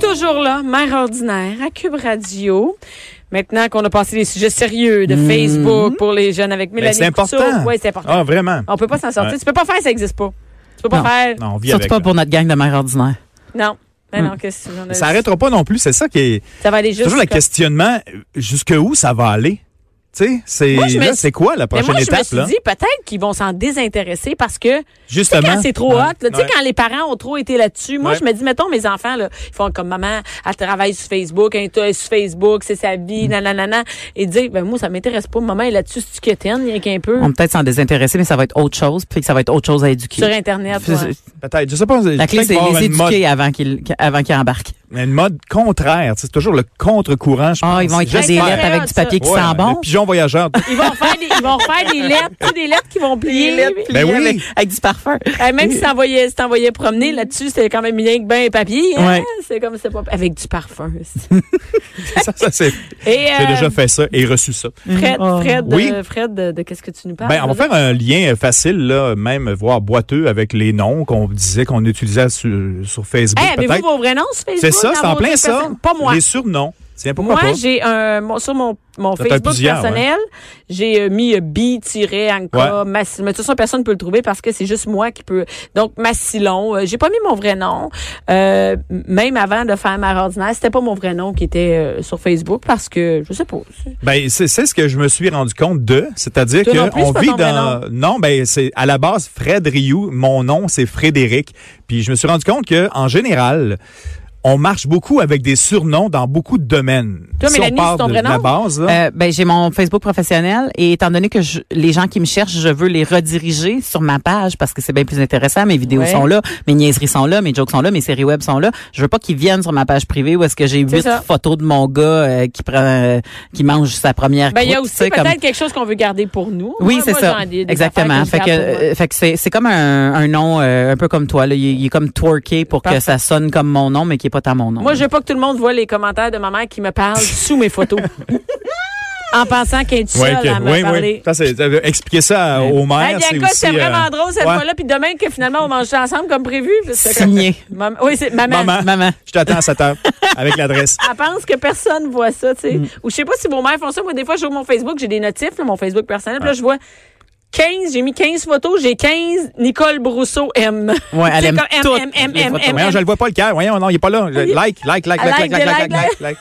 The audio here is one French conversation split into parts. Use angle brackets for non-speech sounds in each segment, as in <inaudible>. Toujours là, mère ordinaire à Cube Radio. Maintenant qu'on a passé les sujets sérieux de Facebook pour les jeunes avec Mais Ben, Mélanie Mhm. Ben, c'est important. Oui, c'est important. Ah, vraiment. On peut pas s'en sortir. Ouais. Tu peux pas faire, ça existe pas. Tu peux pas Non. faire. Non, on vit Surtout avec. pas là. pour notre gang de mères ordinaires. Non. Mais non, Mm. qu'est-ce que j'en ai- Ça n'arrêtera pas non plus. C'est ça qui est. Ça va aller juste. toujours le comme- questionnement euh, jusque où ça va aller. Tu sais, c'est Moi, je me là, suis- c'est quoi la Mais prochaine moi, je me étape suis là dit, peut-être qu'ils vont s'en désintéresser parce que Justement. quand c'est trop hot, là, tu sais, Ouais. quand les parents ont trop été là-dessus, moi, Ouais. je me dis, mettons, mes enfants, là, ils font comme maman, elle travaille sur Facebook, elle est sur Facebook, c'est sa Hmm. vie, nanana, et dire, ben, moi, ça m'intéresse pas, maman est là-dessus, c'est quétaine, rien qu'un peu, On peut peut-être s'en désintéresser, mais ça va être autre chose, puis que ça va être autre chose à éduquer. sur Internet. Puis- ouais. Peut-être, je sais pas. La clé, peut-être qu'il c'est va y avoir les une mode, éduquer avant qu'ils qu- avant qu'ils embarquent. une mode contraire. tu sais, C'est toujours le contre-courant. je Ah, pense. ils vont écrire des J'espère. lettres avec du papier qui Ouais, sent Les bon. pigeons voyageurs. Ils vont faire des, ils vont faire des lettres, tu sais, des lettres qui vont plier. Ben oui. Avec, avec du parfum. Eh, même si t'envoyais, si t'envoyais promener là-dessus, c'était quand même bien que ben et papier. hein. Ouais. C'est comme c'est pas avec du parfum. <laughs> aussi. ça, ça, <laughs> c'est- Et J'ai déjà euh, Mm. fait ça et reçu ça. Fred, Oh. Fred, Oui. euh, Fred, de, de qu'est-ce que tu nous parles Ben, on va faire un lien facile, là, même voire boiteux avec les noms qu'on disait qu'on utilisait sur, sur Facebook. Hey, avez-vous peut-être. Eh, vos vrais noms sur Facebook? C'est ça, c'est dans en vos plein trucs ça. perso- Pas moi. Les surnoms. Tiens, pourquoi Moi, pas? j'ai un mon- sur mon, mon Ça fait Facebook plusieurs, hein. personnel, j'ai euh, mis euh, B-Anka, Massilon. Mais de toute façon, personne ne peut le trouver parce que c'est juste moi qui peux. Donc, Massilon, euh, j'ai pas mis mon vrai nom. Euh, m- même avant de faire ma ordinaire, c'était pas mon vrai nom qui était euh, sur Facebook parce que, je sais pas. c'est- Ben, c'est c'est ce que je me suis rendu compte de. C'est-à-dire Toi non plus, c'est qu'on pas vit ton vrai dans. Non, ben, c'est à la base Fred Rioux. Mon nom, c'est Frédéric. Puis je me suis rendu compte que en général, on marche beaucoup avec des surnoms dans beaucoup de domaines. Toi, si on Mélanie, part c'est ton de vrai nom? la base, là, Euh, ben, j'ai mon Facebook professionnel et étant donné que je- les gens qui me cherchent, je veux les rediriger sur ma page parce que c'est bien plus intéressant. Mes vidéos Ouais. sont là, mes niaiseries sont là, mes jokes sont là, mes séries web sont là. Je veux pas qu'ils viennent sur ma page privée où est-ce que j'ai C'est huit ça. photos de mon gars euh, qui prend, euh, qui mange sa première. Ben, il y a croûte, aussi tu sais, peut-être comme- quelque chose qu'on veut garder pour nous. Oui, Moi, c'est moi, ça. j'en ai des affaires Exactement. je fait que, garde pour moi. euh, fait que c'est, c'est comme un, un nom euh, un peu comme toi. Là. Il, est- il est comme twerké pour Parfait. que ça sonne comme mon nom, mais qui est pas tant mon nom. Moi, je veux pas que tout le monde voit les commentaires de ma mère qui me parle sous mes <laughs> photos. en pensant qu'elle est ouais, seule que- à me ouais, parler. ouais. Ça, c'est- euh, expliquer ça Ouais. au maire, Hey, c'est Bianca, aussi, c'était euh, vraiment drôle cette ouais. fois-là. Puis demain, que finalement, on mange ensemble comme prévu. C'est comme- signé. Maman- Oui, c'est maman. Maman, Maman. je t'attends à 7 heures avec l'adresse. Elle pense que personne voit ça, tu sais. Mm. Ou je sais pas si vos mères font ça. Moi, des fois, j'ouvre mon Facebook, j'ai des notifs, là, mon Facebook personnel. Puis là, je vois 15, j'ai mis 15 photos, j'ai 15 Nicole Brousseau M. Ouais, elle C'est aime comme M, toutes M, M, les M, photos. M, Voyons, M. je le vois pas le cœur. Voyons, non, il est pas là. Je- Like, like, like, like, like, like, like, like, like, like.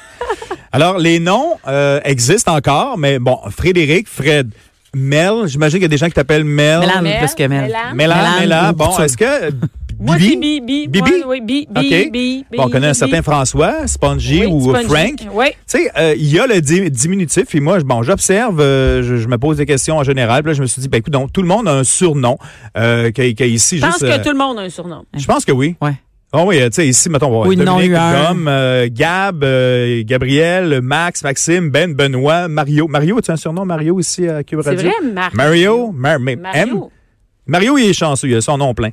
Alors, les noms euh, existent encore, mais bon, Frédéric, Fred, Mel, j'imagine qu'il y a des gens qui t'appellent Mel. Mélan. Mel, plus que Mel. Mélan. Mela, Mélan Mela. ou Bon, Couture. <laughs> est-ce que. euh, Moi, c'est Bibi? Bibi. Bibi? Moi, Oui, Bibi. OK. Bibi. Bon, on connaît un certain François, Spongy ou euh, Frank. Oui. Tu sais, euh, il y a le di- diminutif, et moi, je- bon, j'observe, euh, je, je me pose des questions en général, puis là, je me suis dit, ben écoute, donc, tout le monde a un surnom euh, qui est ici. Je pense juste, euh, que tout le monde a un surnom. Je pense que oui. Ouais. Ah oui, euh, tu sais, ici, mettons, on va Oui, avoir Dominique, non, Huard. Dom, euh, Gab, euh, Gabriel, Max, Maxime, Ben, Benoît, Mario. Mario, as-tu un surnom, Mario, ici à Cube C'est Radio? vrai, Marc. Mario, Mar- mais- M. Mario. Mario, il est chanceux, il a son nom plein.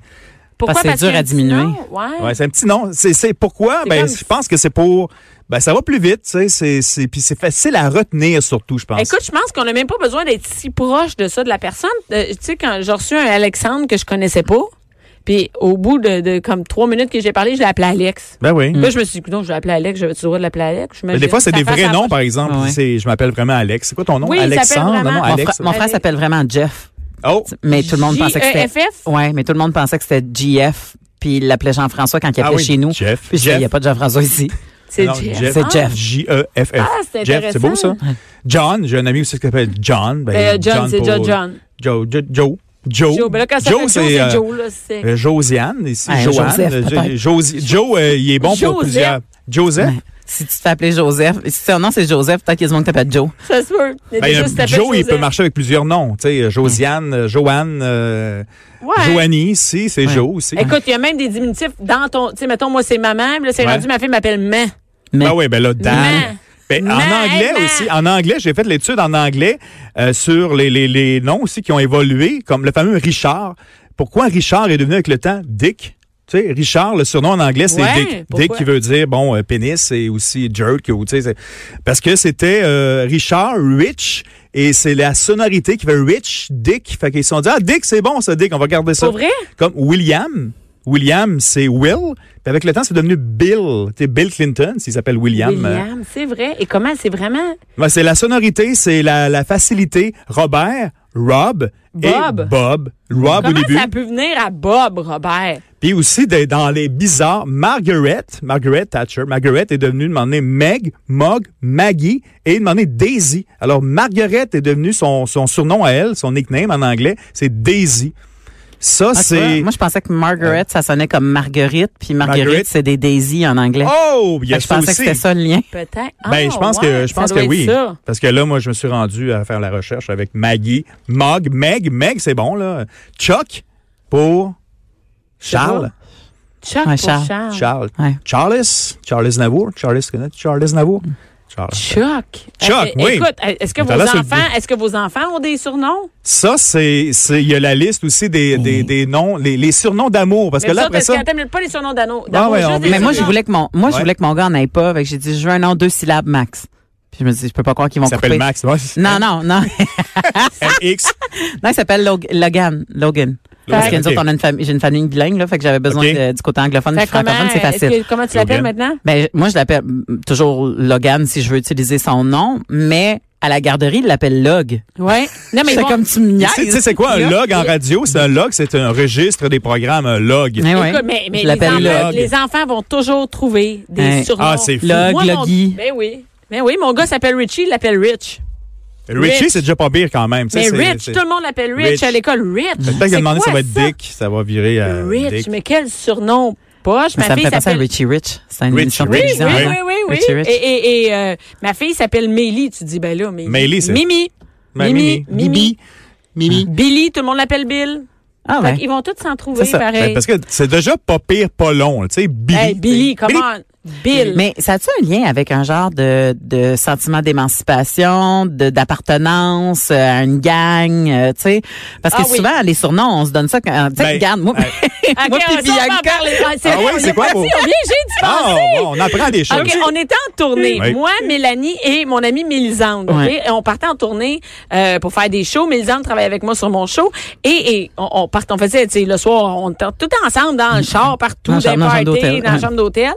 Pourquoi Parce que c'est qu'il dur y a à un petit nom? diminuer. Ouais. Ouais, c'est un petit nom. C'est, c'est pourquoi? C'est Ben, comme- je pense que c'est pour... Ben, ça va plus vite, tu sais, c'est, c'est, puis c'est facile à retenir, surtout, je pense. Écoute, je pense qu'on n'a même pas besoin d'être si proche de ça, de la personne. Euh, tu sais, quand j'ai reçu un Alexandre que je connaissais pas, puis au bout de, de comme trois minutes que j'ai parlé, je l'ai appelé Alex. ben oui. Là, je me suis dit, non, je vais l'appeler Alex, j'avais toujours le droit de l'appeler Alex. Mais J'imagine des fois, c'est que ça des fasse vrais la noms, proche- par exemple. Ah ouais. C'est, je m'appelle vraiment Alex. C'est quoi ton nom? Oui, il s'appelle Alexandre? Non, non, vraiment- Mon, Alex. fra- mon frère s'appelle vraiment Jeff, Oh! mais tout le monde pensait que c'était. J-E-F-F? Ouais, mais tout le monde pensait que c'était GF, puis il l'appelait Jean-François quand il Ah appelait oui, chez nous. Jeff, Puis je dis, Jeff. il n'y a pas de Jean-François ici. <laughs> C'est Non, Jeff. Euh, C'est Jeff. J-E-F-F. Ah, c'est E Jeff, c'est beau ça. intéressant. John, j'ai un ami aussi qui s'appelle John. Ben, Euh, John, c'est Joe pour- John. Joe, Jo- Joe, Joe. Joe, ben là, quand ça s'appelle Joe, euh, c'est Joe, là, c'est... euh, Josiane, ici. Ouais, Joanne. Ah, Joseph, Euh, Jo- peut-être. Josie- Joe, euh, il est bon Joseph. pour plusieurs. Joseph? Ouais. Si tu te fais appeler Joseph, si ton nom c'est Joseph, peut-être qu'il y a du monde qui t'appelle Joe. Ça se peut. Il y a Ben, des gens euh, qui s'appellent Joe, il peut Joseph. marcher avec plusieurs noms. Tu sais, euh, Josiane, euh, Joanne, euh, Ouais. Joanie, ici, c'est Ouais. Joe aussi. Écoute, il y a même des diminutifs dans ton. Tu sais, mettons, moi, c'est maman. puis Là, c'est Ouais. rendu, ma fille m'appelle maman. Mais- Ben oui, ben là, Dan. Mais- Ben, en Mais- anglais mais- aussi, en anglais, j'ai fait l'étude en anglais euh, sur les, les, les noms aussi qui ont évolué, comme le fameux Richard. Pourquoi Richard est devenu avec le temps Dick? Tu sais, Richard, le surnom en anglais, c'est Ouais, Dick. Dick pourquoi? qui veut dire, bon, euh, pénis et aussi jerk. Ou, tu sais, c'est- parce que c'était euh, Richard, Rich, et c'est la sonorité qui fait Rich, Dick. Fait qu'ils se sont dit, ah, Dick, c'est bon, ça, Dick, on va garder ça. Pour vrai? Comme William. William, c'est Will. Puis avec le temps, c'est devenu Bill. Tu sais, Bill Clinton, s'il s'appelle William. euh, William, c'est vrai. Et comment c'est vraiment ben, c'est la sonorité, c'est la, la facilité. Robert, Rob et Bob. Bob. Rob au Comment Ah, début. ça peut venir à Bob, Robert? Puis aussi des- dans les bizarres, Margaret, Margaret Thatcher, Margaret est devenue demander Meg, Mog, Maggie et demander Daisy. Alors Margaret est devenue son, son surnom à elle, son nickname en anglais, c'est Daisy. Ça Ah, tu vois, c'est Moi, je pensais que Margaret, ça sonnait comme Marguerite, puis Marguerite, Marguerite. c'est des Daisy en anglais. Oh, il y Fait a que je ça pensais que aussi. c'était ça le lien. Peut-être. Ben, Ah, je pense que ouais, je ça pense doit que être oui. ça. Parce que là, moi, je me suis rendu à faire la recherche avec Maggie, Mog, Meg, Meg, c'est bon là. Chuck pour Charles, Chuck Ouais, pour Charles. Charles. Charles, Ouais. Charles, Charles Navour, Charles, connais-tu Charles Navour, Charles. Chuck. Chuck, Euh, oui. Écoute, est-ce que Il vos est allé sur le enfants, est-ce que vos enfants ont des surnoms? Ça, c'est, c'est- il y a la liste aussi des, des, des noms, les, les surnoms d'amour. Parce Mais que là, ça, après parce ça, que t'aimes pas les surnoms d'anneaux. Ah ouais, on- Mais moi, je voulais que mon, moi, je Ouais. voulais que mon gars n'aille pas. Fait que j'ai dit, je veux un nom deux syllabes max. Puis je me dis, je peux pas croire qu'ils vont il s'appelle couper. <laughs> Max. ouais. Non, non, non. X. non, il s'appelle Log- Logan. Logan. Parce que nous ok. autres, on a une famille, j'ai une famille bilingue, là. Fait que j'avais besoin Ok. de- du côté anglophone puis francophone, c'est facile. euh, comment tu l'appelles Logan. maintenant? Ben, moi, je l'appelle mm, toujours Logan si je veux utiliser son nom, mais à la garderie, il l'appelle Log. Oui. Non, Ah, mais C'est bon, comme tu me Tu niaises. sais- Tu sais, c'est quoi un log en radio? C'est un log, c'est un registre des programmes, un log. Eh ouais. écoute, mais, mais Je les, l'appelle enfants, Log. les enfants vont toujours trouver des Hein. surnoms. Ah, c'est fou. Log, Moi, mon- Loggy. Ben oui. Ben oui, mon gars s'appelle Richie, il l'appelle Rich. Richie, Rich. c'est déjà pas pire quand même. Tu Mais sais, c'est- Rich, c'est- tout le monde l'appelle Rich, Rich. à l'école. Rich. Peut-être qu'il a Mhm. C'est demandé ça quoi va être Dick, ça va virer à Rich, Dick. mais quel surnom poche. Mais Ma ça fille me fait penser à s'appelle Richie Rich. C'est une Richie émission de Rich, Oui, télévision, oui, oui, Hein? oui, oui. Richie Rich. Et, et- et, euh, ma fille s'appelle Meili. Tu dis, ben là, Meili. Meili, c'est- Mimi. Mais Mimi. Mimi. Mimi. Billy, tout le monde l'appelle Bill. Ah Fait ouais. qu'ils vont tous s'en trouver C'est ça. Ben, pareil. parce que c'est déjà pas pire, pas long. là. Tu sais, Billy. Hey, Billy, Billy. comment? Bill. Mais ça a-tu un lien avec un genre de, de sentiment d'émancipation, de- d'appartenance euh, à une gang, euh, tu sais? Parce que Ah oui. souvent, les surnoms, on se donne ça quand, tu sais, Ben, regarde, moi, Ok, moi puis ça, on va en Bianca. parler. Ah, c'est Ah vrai, oui, on c'est est quoi, parti, vous? on vient juste d'y Ah, penser. bon, on apprend des choses. OK, on était en tournée, Oui. moi, Mélanie et mon amie Mélisande. ok? Ouais. Et on partait en tournée euh, pour faire des shows. Mélisande travaillait avec moi sur mon show. Et, et on, on, part, on faisait, tu sais, le soir, on était tout ensemble dans le char, partout, Mm. Dans dans, les la chambre- dans la parties, chambre d'hôtel. dans la Ouais. chambre d'hôtel.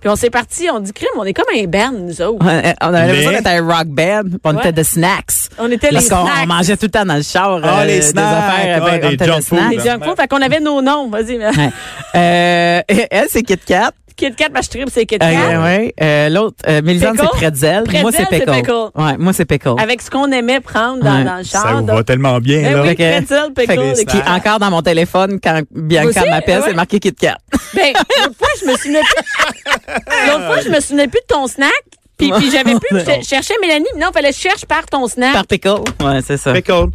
Puis on s'est parti, on dit, crime, on est comme un band, nous autres. on avait l'impression Mais- d'être un rock band, puis on Ouais. était de snacks. On était les Parce qu'on snacks. on mangeait tout le temps dans le char. euh, Ah, les des snacks, affaires, ah, ben, des on était junk de snacks. Les food. junk food, fait qu'on avait nos noms. Vas-y, mais- Ouais. Euh, <laughs> elle, c'est Kit Kat. <laughs> Kit Kat, Mash Trip, c'est Kit Euh, Kat. ouais. Euh, L'autre, euh, Mélisande, c'est Pickle. Pretzel. Moi, Pretzel, c'est c'est Pickle. pickle. Ouais, moi, c'est Pickle. Avec ce qu'on aimait prendre dans, Ouais. dans le char. Ça vous donc- va tellement bien, Ben là. oui. Fait que- Pretzel, pickle, fait que- des qui est snacks. encore dans mon téléphone quand Aussi, Bianca m'appelle, ouais. c'est marqué Kit <laughs> Kat. Ben, l'autre fois, je me souvenais plus. L'autre fois, je me souvenais plus de ton snack. Puis, puis j'avais plus. Je cherchais Mélanie. mais Non, fallait que je cherche par ton snack. Par Pickle. Ouais, c'est ça. Pickle.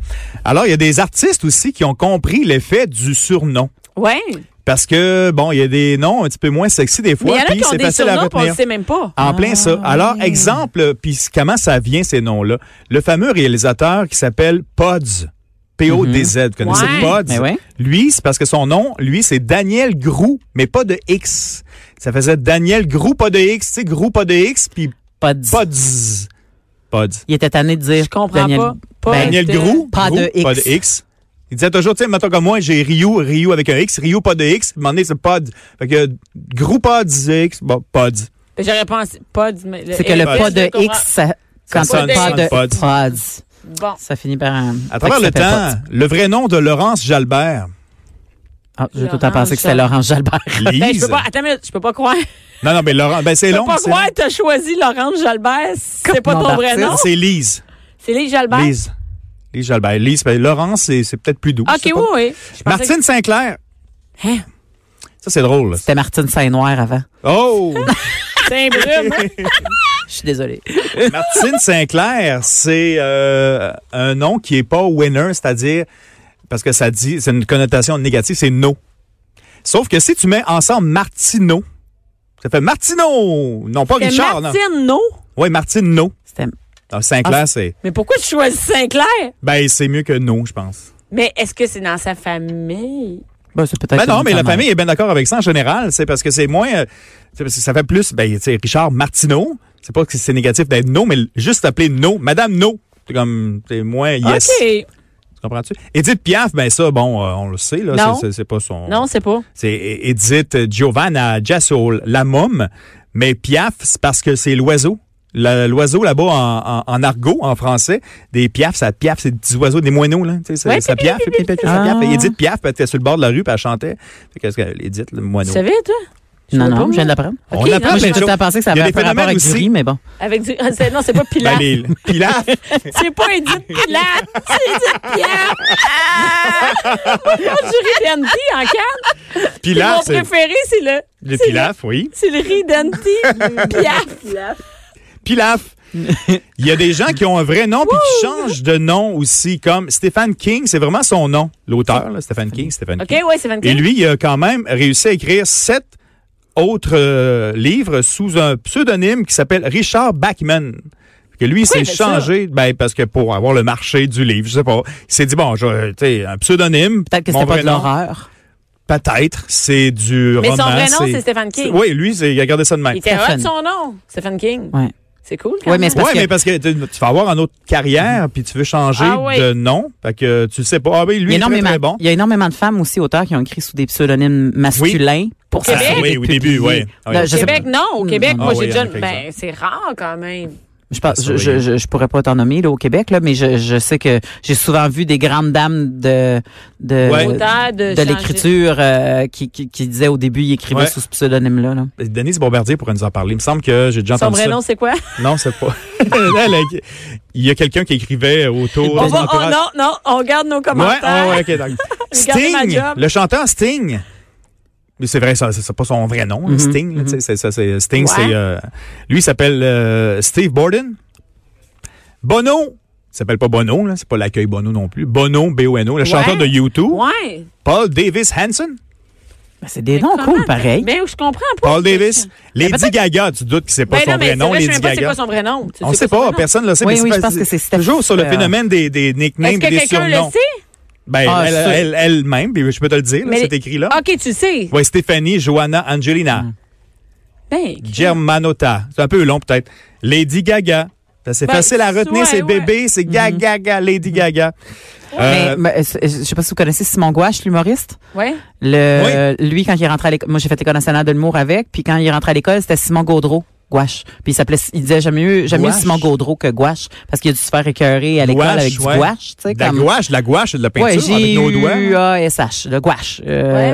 Alors, il y a des artistes aussi qui ont compris l'effet du surnom. Ouais. Parce que, bon, il y a des noms un petit peu moins sexy Mais des il y fois, en a puis qui ont c'est des facile à surnoms, puis on le retenir. Ah. sait même pas. En plein ça. Ah, Alors, exemple, puis comment ça vient ces noms-là? Le fameux réalisateur qui s'appelle Pods. P-O-D-Z. Connaissez Ouais. Pods? Mais Mhm. ouais. Lui, c'est parce que son nom, lui, c'est Daniel Grou, mais pas de X. Ça faisait Daniel Grou, pas de X, tu sais, Grou, pas de X, puis Pas de... Pods. Pods. Il était tanné de dire. Je comprends Daniel- pas. Pas Ben, Daniel C'était- Grou, Pas Grou, de X. pas de X. Il disait toujours, tu sais, mettons comme moi, j'ai Ryu, Ryu avec un X, Ryu pas de X, puis à un moment donné, c'est Pod. Fait que Grou Pods X, bon, Pods. Ben, J'aurais pensé. Pas du. mais C'est que le Pods. pas de X, ça, quand sonne- ça on parle de sonne Pods. Pods, Bon. ça finit par un. À travers Fait le que ça fait temps, le vrai nom de Laurence Jalbert, Pods. Ah, J'ai tout le temps Laurent pensé que c'était <laughs> Laurent Jalbert. <laughs> Lise. Ben, je peux pas. Attends une minute, je peux pas croire. Non, non, mais Laurent, ben c'est Je peux long. pas c'est croire long. que t'as choisi Laurence Jalbert. C'est pas Comment ton vrai partir? nom. Ben. C'est Lise. C'est Lise Jalbert. Lise. Lise Jalbert. Lise, ben, Laurence, c'est c'est peut-être plus doux. je Ok, sais oui, pas. oui. Je pensais Martine Sinclair. que- Hein? Ça, c'est drôle. là. C'était Martine Saint-Noir avant. <laughs> Oh! <laughs> C'est un brume. hein? Je suis désolée. Martine Sinclair, c'est euh, un nom qui est pas winner, c'est-à-dire parce que ça dit, c'est une connotation négative, c'est no. Sauf que si tu mets ensemble Martino, ça Ça fait Martineau. Non, pas C'était <laughs> Richard. non. Martine, non. Oui, Martine, no. C'était- Ah, Sinclair, c'est. Mais pourquoi tu choisis Sinclair? Ben, c'est mieux que no, je pense. Mais est-ce que c'est dans sa famille? Ben, c'est peut-être Ben non, une mais la famille. famille est bien d'accord avec ça en général. C'est parce que c'est moins. euh, c'est parce que ça fait plus. Ben, tu sais, Richard Martineau. C'est pas que c'est négatif d'être no, mais juste appeler no. Madame no. C'est comme. C'est moins yes. OK. Tu comprends-tu? Edith Piaf, ben ça, bon, euh, on le sait, là. Non. C'est, c'est- c'est pas son. Non, c'est pas. C'est Edith Giovanna Jassol, la môme. Mais Piaf, c'est parce que c'est l'oiseau. La- L'oiseau là-bas en, en- en argot, en français, des piafs, ça piaf, c'est des petits oiseaux, des moineaux, là. Tu sais, ça, Ouais, ça piaf, puis, puis, puis, ça Ah. piaf. Et Edith Piaf, elle était sur le bord de la rue, puis elle chantait. Fait que, euh, Edith, le moineau. Tu savais, toi? Je euh, Non, savais pas, non, je moi. viens de l'apprendre. On Ok, apprend non, Moi, plein j'ai de choses. tout à penser que ça Ah, Il y a avait un des peu rapport phénomènes avec aussi. Gris, mais bon. Avec du... Ah, c'est- Non, <laughs> c'est pas Ben, Pilate. les- <laughs> Pilaf, C'est pas Edith Pilate. <laughs> C'est Edith Piaf. du riz d'Anti en canne. Puis Pilaf, Mon c'est préféré, c'est le... le c'est Pilaf, oui. C'est le riz <laughs> d'Anti Piaf. <laughs> Pilaf. Il y a des gens qui ont un vrai nom puis qui changent de nom aussi, comme Stephen King, c'est vraiment son nom, l'auteur, là, Stephen King, Stephen OK, King. ouais, c'est 24. Et lui, il a quand même réussi à écrire sept autres euh, livres sous un pseudonyme qui s'appelle Richard Bachman. Que lui, il Pourquoi s'est il fait ça? changé, ben, parce que pour avoir le marché du livre, je sais pas. Il s'est dit, bon, je, euh, tu sais, un pseudonyme. Peut-être que mon c'était pas vrai de nom, l'horreur. Peut-être. C'est du Mais son roman. vrai nom, c'est c'est- Stephen King. c'est- Oui, lui, c'est- il a gardé ça de même. Il était hot, Stephen. son nom. Stephen King. Ouais. C'est cool. Ouais, mais quand même. c'est parce Oui, que- mais parce que tu tu vas avoir une autre carrière, puis tu veux changer Ah oui. de nom. Fait que tu le sais pas. Ah oui, Il y, lui, a il est très, énormément, très bon. il y a énormément de femmes aussi auteurs qui ont écrit sous des pseudonymes masculins pour Québec? s'assurer Ah, Oui, d'être au début, publiées. oui. Ah oui. Là, je sais Québec, pas- non. Au Québec, Ah moi, oui, j'ai déjà... avec exemple. Ben, c'est rare, quand même. Je, Ah, pense, je, je, je- je pourrais pas t'en nommer là, au Québec, là, mais je, je sais que j'ai souvent vu des grandes dames de de, Ouais. Auteurs de de, changer. l'écriture euh, qui, qui, qui disaient au début, ils écrivaient Ouais. sous ce pseudonyme-là. Là. Denise Bombardier pourrait nous en parler. Il me semble que j'ai déjà Son entendu vrai ça. nom, c'est quoi? Non, c'est pas. <laughs> Elle, elle, il y a quelqu'un qui écrivait autour. On de va- oh, l'entourage. non, non, on garde nos Ouais, commentaires. ah ouais, ok, d'accord. <laughs> Regardez ma Sting, job. le chanteur Sting. Mais c'est vrai, ça, c'est c'est pas son vrai nom, Mhm, Sting. là, tu sais, c'est, ça, c'est- Sting, Ouais. c'est. euh, lui, il s'appelle euh, Steve Borden. Bono. Il s'appelle pas Bono, là. C'est pas l'accueil Bono non plus. Bono, B-O-N-O, le chanteur de U2. Ouais. Paul Davis Hanson. Ben, c'est des noms cool, pareil. Mais Ben, je comprends pas. Paul Davis. Lady Gaga, tu doutes que c'est pas Ben son non, mais vrai nom, c'est vrai, je sais même Lady pas c'est Gaga. quoi son vrai nom. Tu On sais quoi son sait pas, vrai nom? personne ne le sait. Oui, mais oui, pas- je pense que c'est Steph- toujours sur le euh, phénomène des, des Est-ce nicknames, que des quelqu'un surnoms. le sait? Ben, Ah, elle, ça- elle, elle, même puis je peux te le dire, là, Mais- Ah! c'est écrit là. OK, tu sais. Oui, Stéphanie, Joanna, Angelina, Hmm, Ben, Germanota. C'est un peu long peut-être. Lady Gaga. Ça, C'est Ben, facile à retenir, ouais, c'est ouais. Hmm. bébé, c'est gaga, gaga, Lady Gaga. Mais, Euh, mais, euh, je sais pas si vous connaissez Simon Gouache, l'humoriste. ouais. Le, Lui, quand il est rentré à l'école, moi j'ai fait l'école nationale de l'humour avec, puis quand il est rentré à l'école, c'était Simon Gaudreau. Gouache. Puis il s'appelait, il disait jamais mieux, jamais mieux Gouache. Simon Gaudreau que Gouache, parce qu'il a dû se faire écœurer à l'école Gouache, avec du ouais. gouache, tu sais, de la comme. gouache, de la gouache, et de la ouais, peinture avec nos doigts. euh, G-U-A-S-H, le gouache. Euh,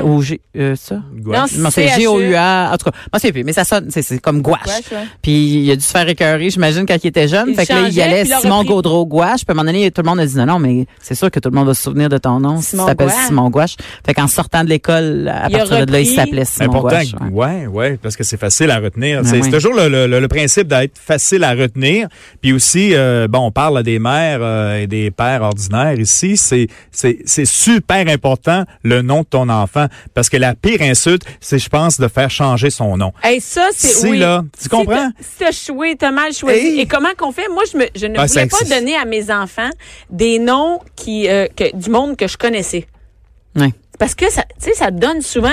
Ouais. Ou G, euh, ça? Gouache. Non, Je m'en sais, CHE. G-O-U-A, en tout cas, je m'en sais plus, mais ça sonne, c'est, c'est comme E. Ah, gouache. Gouache, ouais. Puis il a dû se faire écœurer, j'imagine, quand il était jeune. Il fait que là, il y changeait, allait puis il a Simon repris. Gaudreau gouache. Puis à un moment donné, tout le monde a dit non, non, mais c'est sûr que tout le monde va se souvenir de ton nom si Simon tu t'appelles Gouache. Simon Gouache. Fait qu'en sortant de l'école, à Il a partir de là, il repris. s'appelait C'est Simon important. Gouache. Ouais, ouais. ouais, parce que c'est facile à retenir. Ben C'est oui. c'est toujours le, le- le principe d'être facile à retenir. Puis aussi, euh, bon, on parle à des mères euh, et des pères ordinaires ici. C'est c'est c'est super important le nom de ton enfant parce que la pire insulte, c'est je pense de faire changer son nom. Hey, ça, c'est. Si, Oui. là, tu Si comprends? t'as- Si t'as choué, t'as mal choisi. Hey. Et comment qu'on fait? Moi, je, me, je ne Ah, voulais c'est- pas c'est- donner à mes enfants des noms qui, euh, que, du monde que je connaissais. Ouais. Parce que ça, tu sais, ça donne souvent.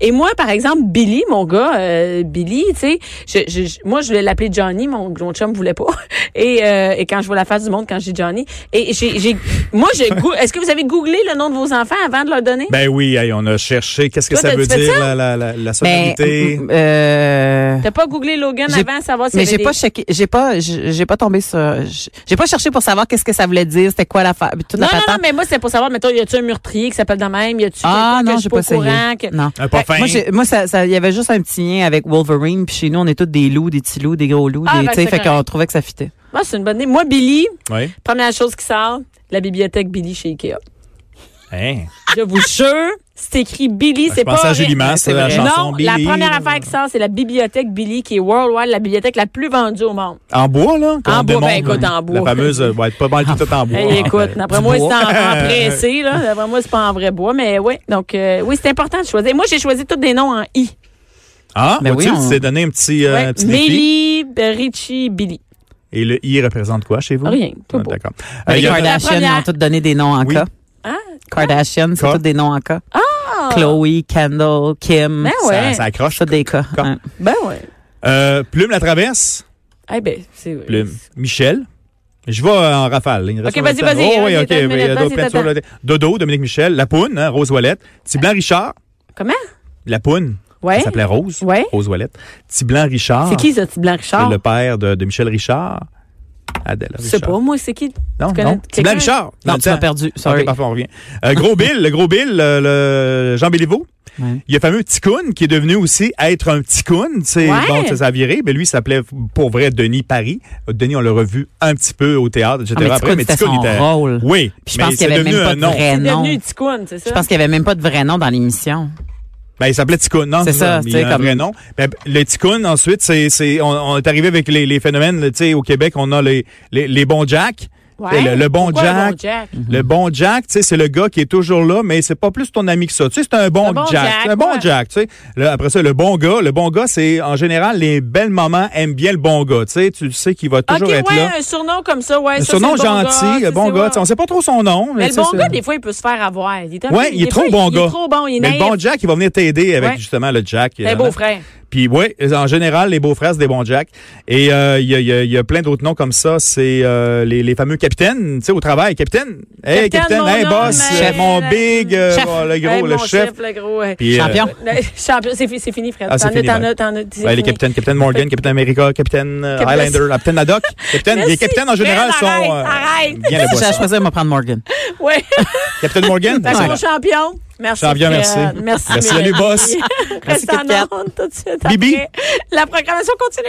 Et moi, par exemple, Billy, mon gars, euh, Billy, tu sais, je, je- je- moi, je voulais l'appeler Johnny, mon mon chum voulait pas. <laughs> Et, euh, et quand je vois la face du monde, quand j'ai Johnny, et j'ai, j'ai- moi, j'ai, gou- est-ce que vous avez googlé le nom de vos enfants avant de leur donner? Ben oui, hey, on a cherché. Qu'est-ce que Toi, ça t'as-tu veut fait dire ça? la la la, la Mais, sonorité? mm, euh, T'as pas googlé Logan J'ai- avant de savoir si mais j'ai pas checké, j'ai pas, j'ai j'ai pas tombé sur, j'ai- j'ai pas cherché pour savoir qu'est-ce que ça voulait dire, c'était quoi la fa... toute Non, la non, non, patente. mais moi, c'est pour savoir, mettons, y a-tu un meurtrier qui s'appelle de même? Y a-tu quelqu'un Ah non, que je j'ai suis pas pas au essayé. courant? que- Non. Un pas fin. ben, Moi, j'ai- moi, ça, ça- il y avait juste un petit lien avec Wolverine, puis chez nous, on est tous des loups, des petits loups, des gros loups, Ah, des, ben, tu sais, c'est fait qu'on correct. trouvait que ça fitait. Moi, Ah, c'est une bonne idée. Moi, Billy, Oui. première chose qui sort, la bibliothèque Billy chez Ikea. Hein. Je vous jure, c'est écrit Billy, Ben, Je c'est pas pense à vrai. Julie Masse, c'est la vrai. chanson non, Billy. la première affaire qui sort, c'est la bibliothèque Billy, qui est worldwide, la bibliothèque la plus vendue au monde. En bois, là? qu'on En bois, ben, démontre, écoute, en bois. La fameuse, euh, va être pas mal tout est en <laughs> bois. Hey, en écoute, fait. d'après moi, c'est en, en pressé, là. D'après moi, c'est pas en vrai bois, mais ouais. Donc, euh, oui, c'est important de choisir. Moi, j'ai choisi tous des noms en I. Ah, Ben vois-tu, oui, on- tu t'es donné un petit, euh, un Ouais. petit défi. Mélie, ben, Richie, Billy. Et le I représente quoi chez vous? Rien, tout Ah, beau. Ben, D'accord. Mais Euh, il les y a- Kardashian, La ils première. ont toutes donné des noms en Oui. cas. Hein? Kardashian, c'est Cas. tous des noms en cas. Ah. Chloe, Kendall, Kim. Ben ça- ouais. ça, ça accroche. C'est tous des cas. Cas. hein. Ben ouais. Euh, Plume la traverse. Eh ben, c'est vrai. Plume. Michel. Je vais euh, en rafale. Il me reste Ok, pas vas-y, le temps. vas-y, Oh, oui, vas-y, ok. donne-le, mais il y a vas-y, d'autres plein de t'attends. choses là-dedans. Dodo, Dominique Michel, La Poune, hein, Rose Ouellette. Tiblan Richard, Comment? La Poune. Ouais. Elle s'appelait Rose. Ouais. Rose Ouellette. Tiblan Richard. C'est qui, ça, petit blanc Richard? Le père de, de Michel Richard. Adèle Je sais Richard. pas, moi, c'est qui? Non, Tu connais non. quelqu'un? Tiblan Richard. dans Non, le tu m'as temps. perdu. Sorry. OK, parfait, on revient. Euh, gros Bill, le gros Bill, euh, le Jean Béliveau. Ouais. Il y a le fameux Ticoun qui est devenu aussi être un Ticoun. C'est Ouais. Bon, ça s'est avéré. Mais lui, il s'appelait pour vrai Denis Paris. Denis, on l'a revu un petit peu au théâtre, etc. Ah, mais Après, Ticoun, c'était Ticoun, son rôle. Oui. Puis je mais pense qu'il y c'est avait même devenu pas un de nom. vrai C'est nom. devenu Ticoun, c'est ça? Je pense qu'il n'y avait même pas de vrai nom dans l'émission. Ben, il s'appelait Ticoun. Non, C'est ça, Il tu sais, y a un comme- vrai nom. Ben, le Ticoun, ensuite, c'est, c'est, on, on est arrivé avec les, les phénomènes, tu sais, au Québec, on a les, les, les bons Jack. Ouais. Le, le bon Pourquoi le Jack. bon Jack? Le bon Jack, tu sais, c'est le gars qui est toujours là, mais c'est pas plus ton ami que ça. Tu sais, c'est un bon, Un bon Jack. Jack, C'est un bon ouais. Jack, tu sais. Là, après ça, le bon gars. Le bon gars, c'est, en général, les belles mamans aiment bien le bon gars, tu sais. Tu sais qu'il va OK, toujours être ouais, là. un surnom comme ça, ouais. ça, Son nom c'est le bon gentil, gars, le bon ça, c'est gars, ouais. tu sais, on sait pas trop son nom. Mais le tu sais, bon c'est- gars, des fois, il peut se faire avoir. Il est, un Ouais, peu- il est des trop fois, bon il, gars. est trop bon, il est Mais le bon naïf. Jack, il va venir t'aider avec Ouais. justement le Jack. C'est un euh, beau frère. Puis oui, en général, les beaux-frères, c'est des bons Jack. Et euh, il y, a, il y a- il y a plein d'autres noms comme ça. C'est euh, les, les fameux capitaines, tu sais, au travail. Capitaine, Capitaine, hey, capitaine, mon hey, homme, boss, euh, mon la- big, euh, Chef. bon, le gros, Hey, le mon chef. le gros. ouais. Puis, euh, Champion. Le <laughs> champion, c'est fi- c'est fini, Fred. Ah, t'en c'est as, fini, t'en ouais. as, t'en as. c'est Ouais, les fini. capitaines, Capitaine Morgan, Capitaine America, Capitaine euh, Capitaine- Highlander, Capitaine Haddock. Capitaine, les Merci, capitaines en général Fred, sont arrête, euh, arrête. <laughs> bien <laughs> les Si j'avais boissons. choisi, moi prendre Morgan. Ouais. Capitaine Morgan, Fait c'est que là. mon champion. Merci. Champion, Fred. merci. Merci. Merci, salut, Mélanie. boss. <laughs> Reste Merci, Kit Kat. en onde tout de suite. Bibi. après. La programmation continue.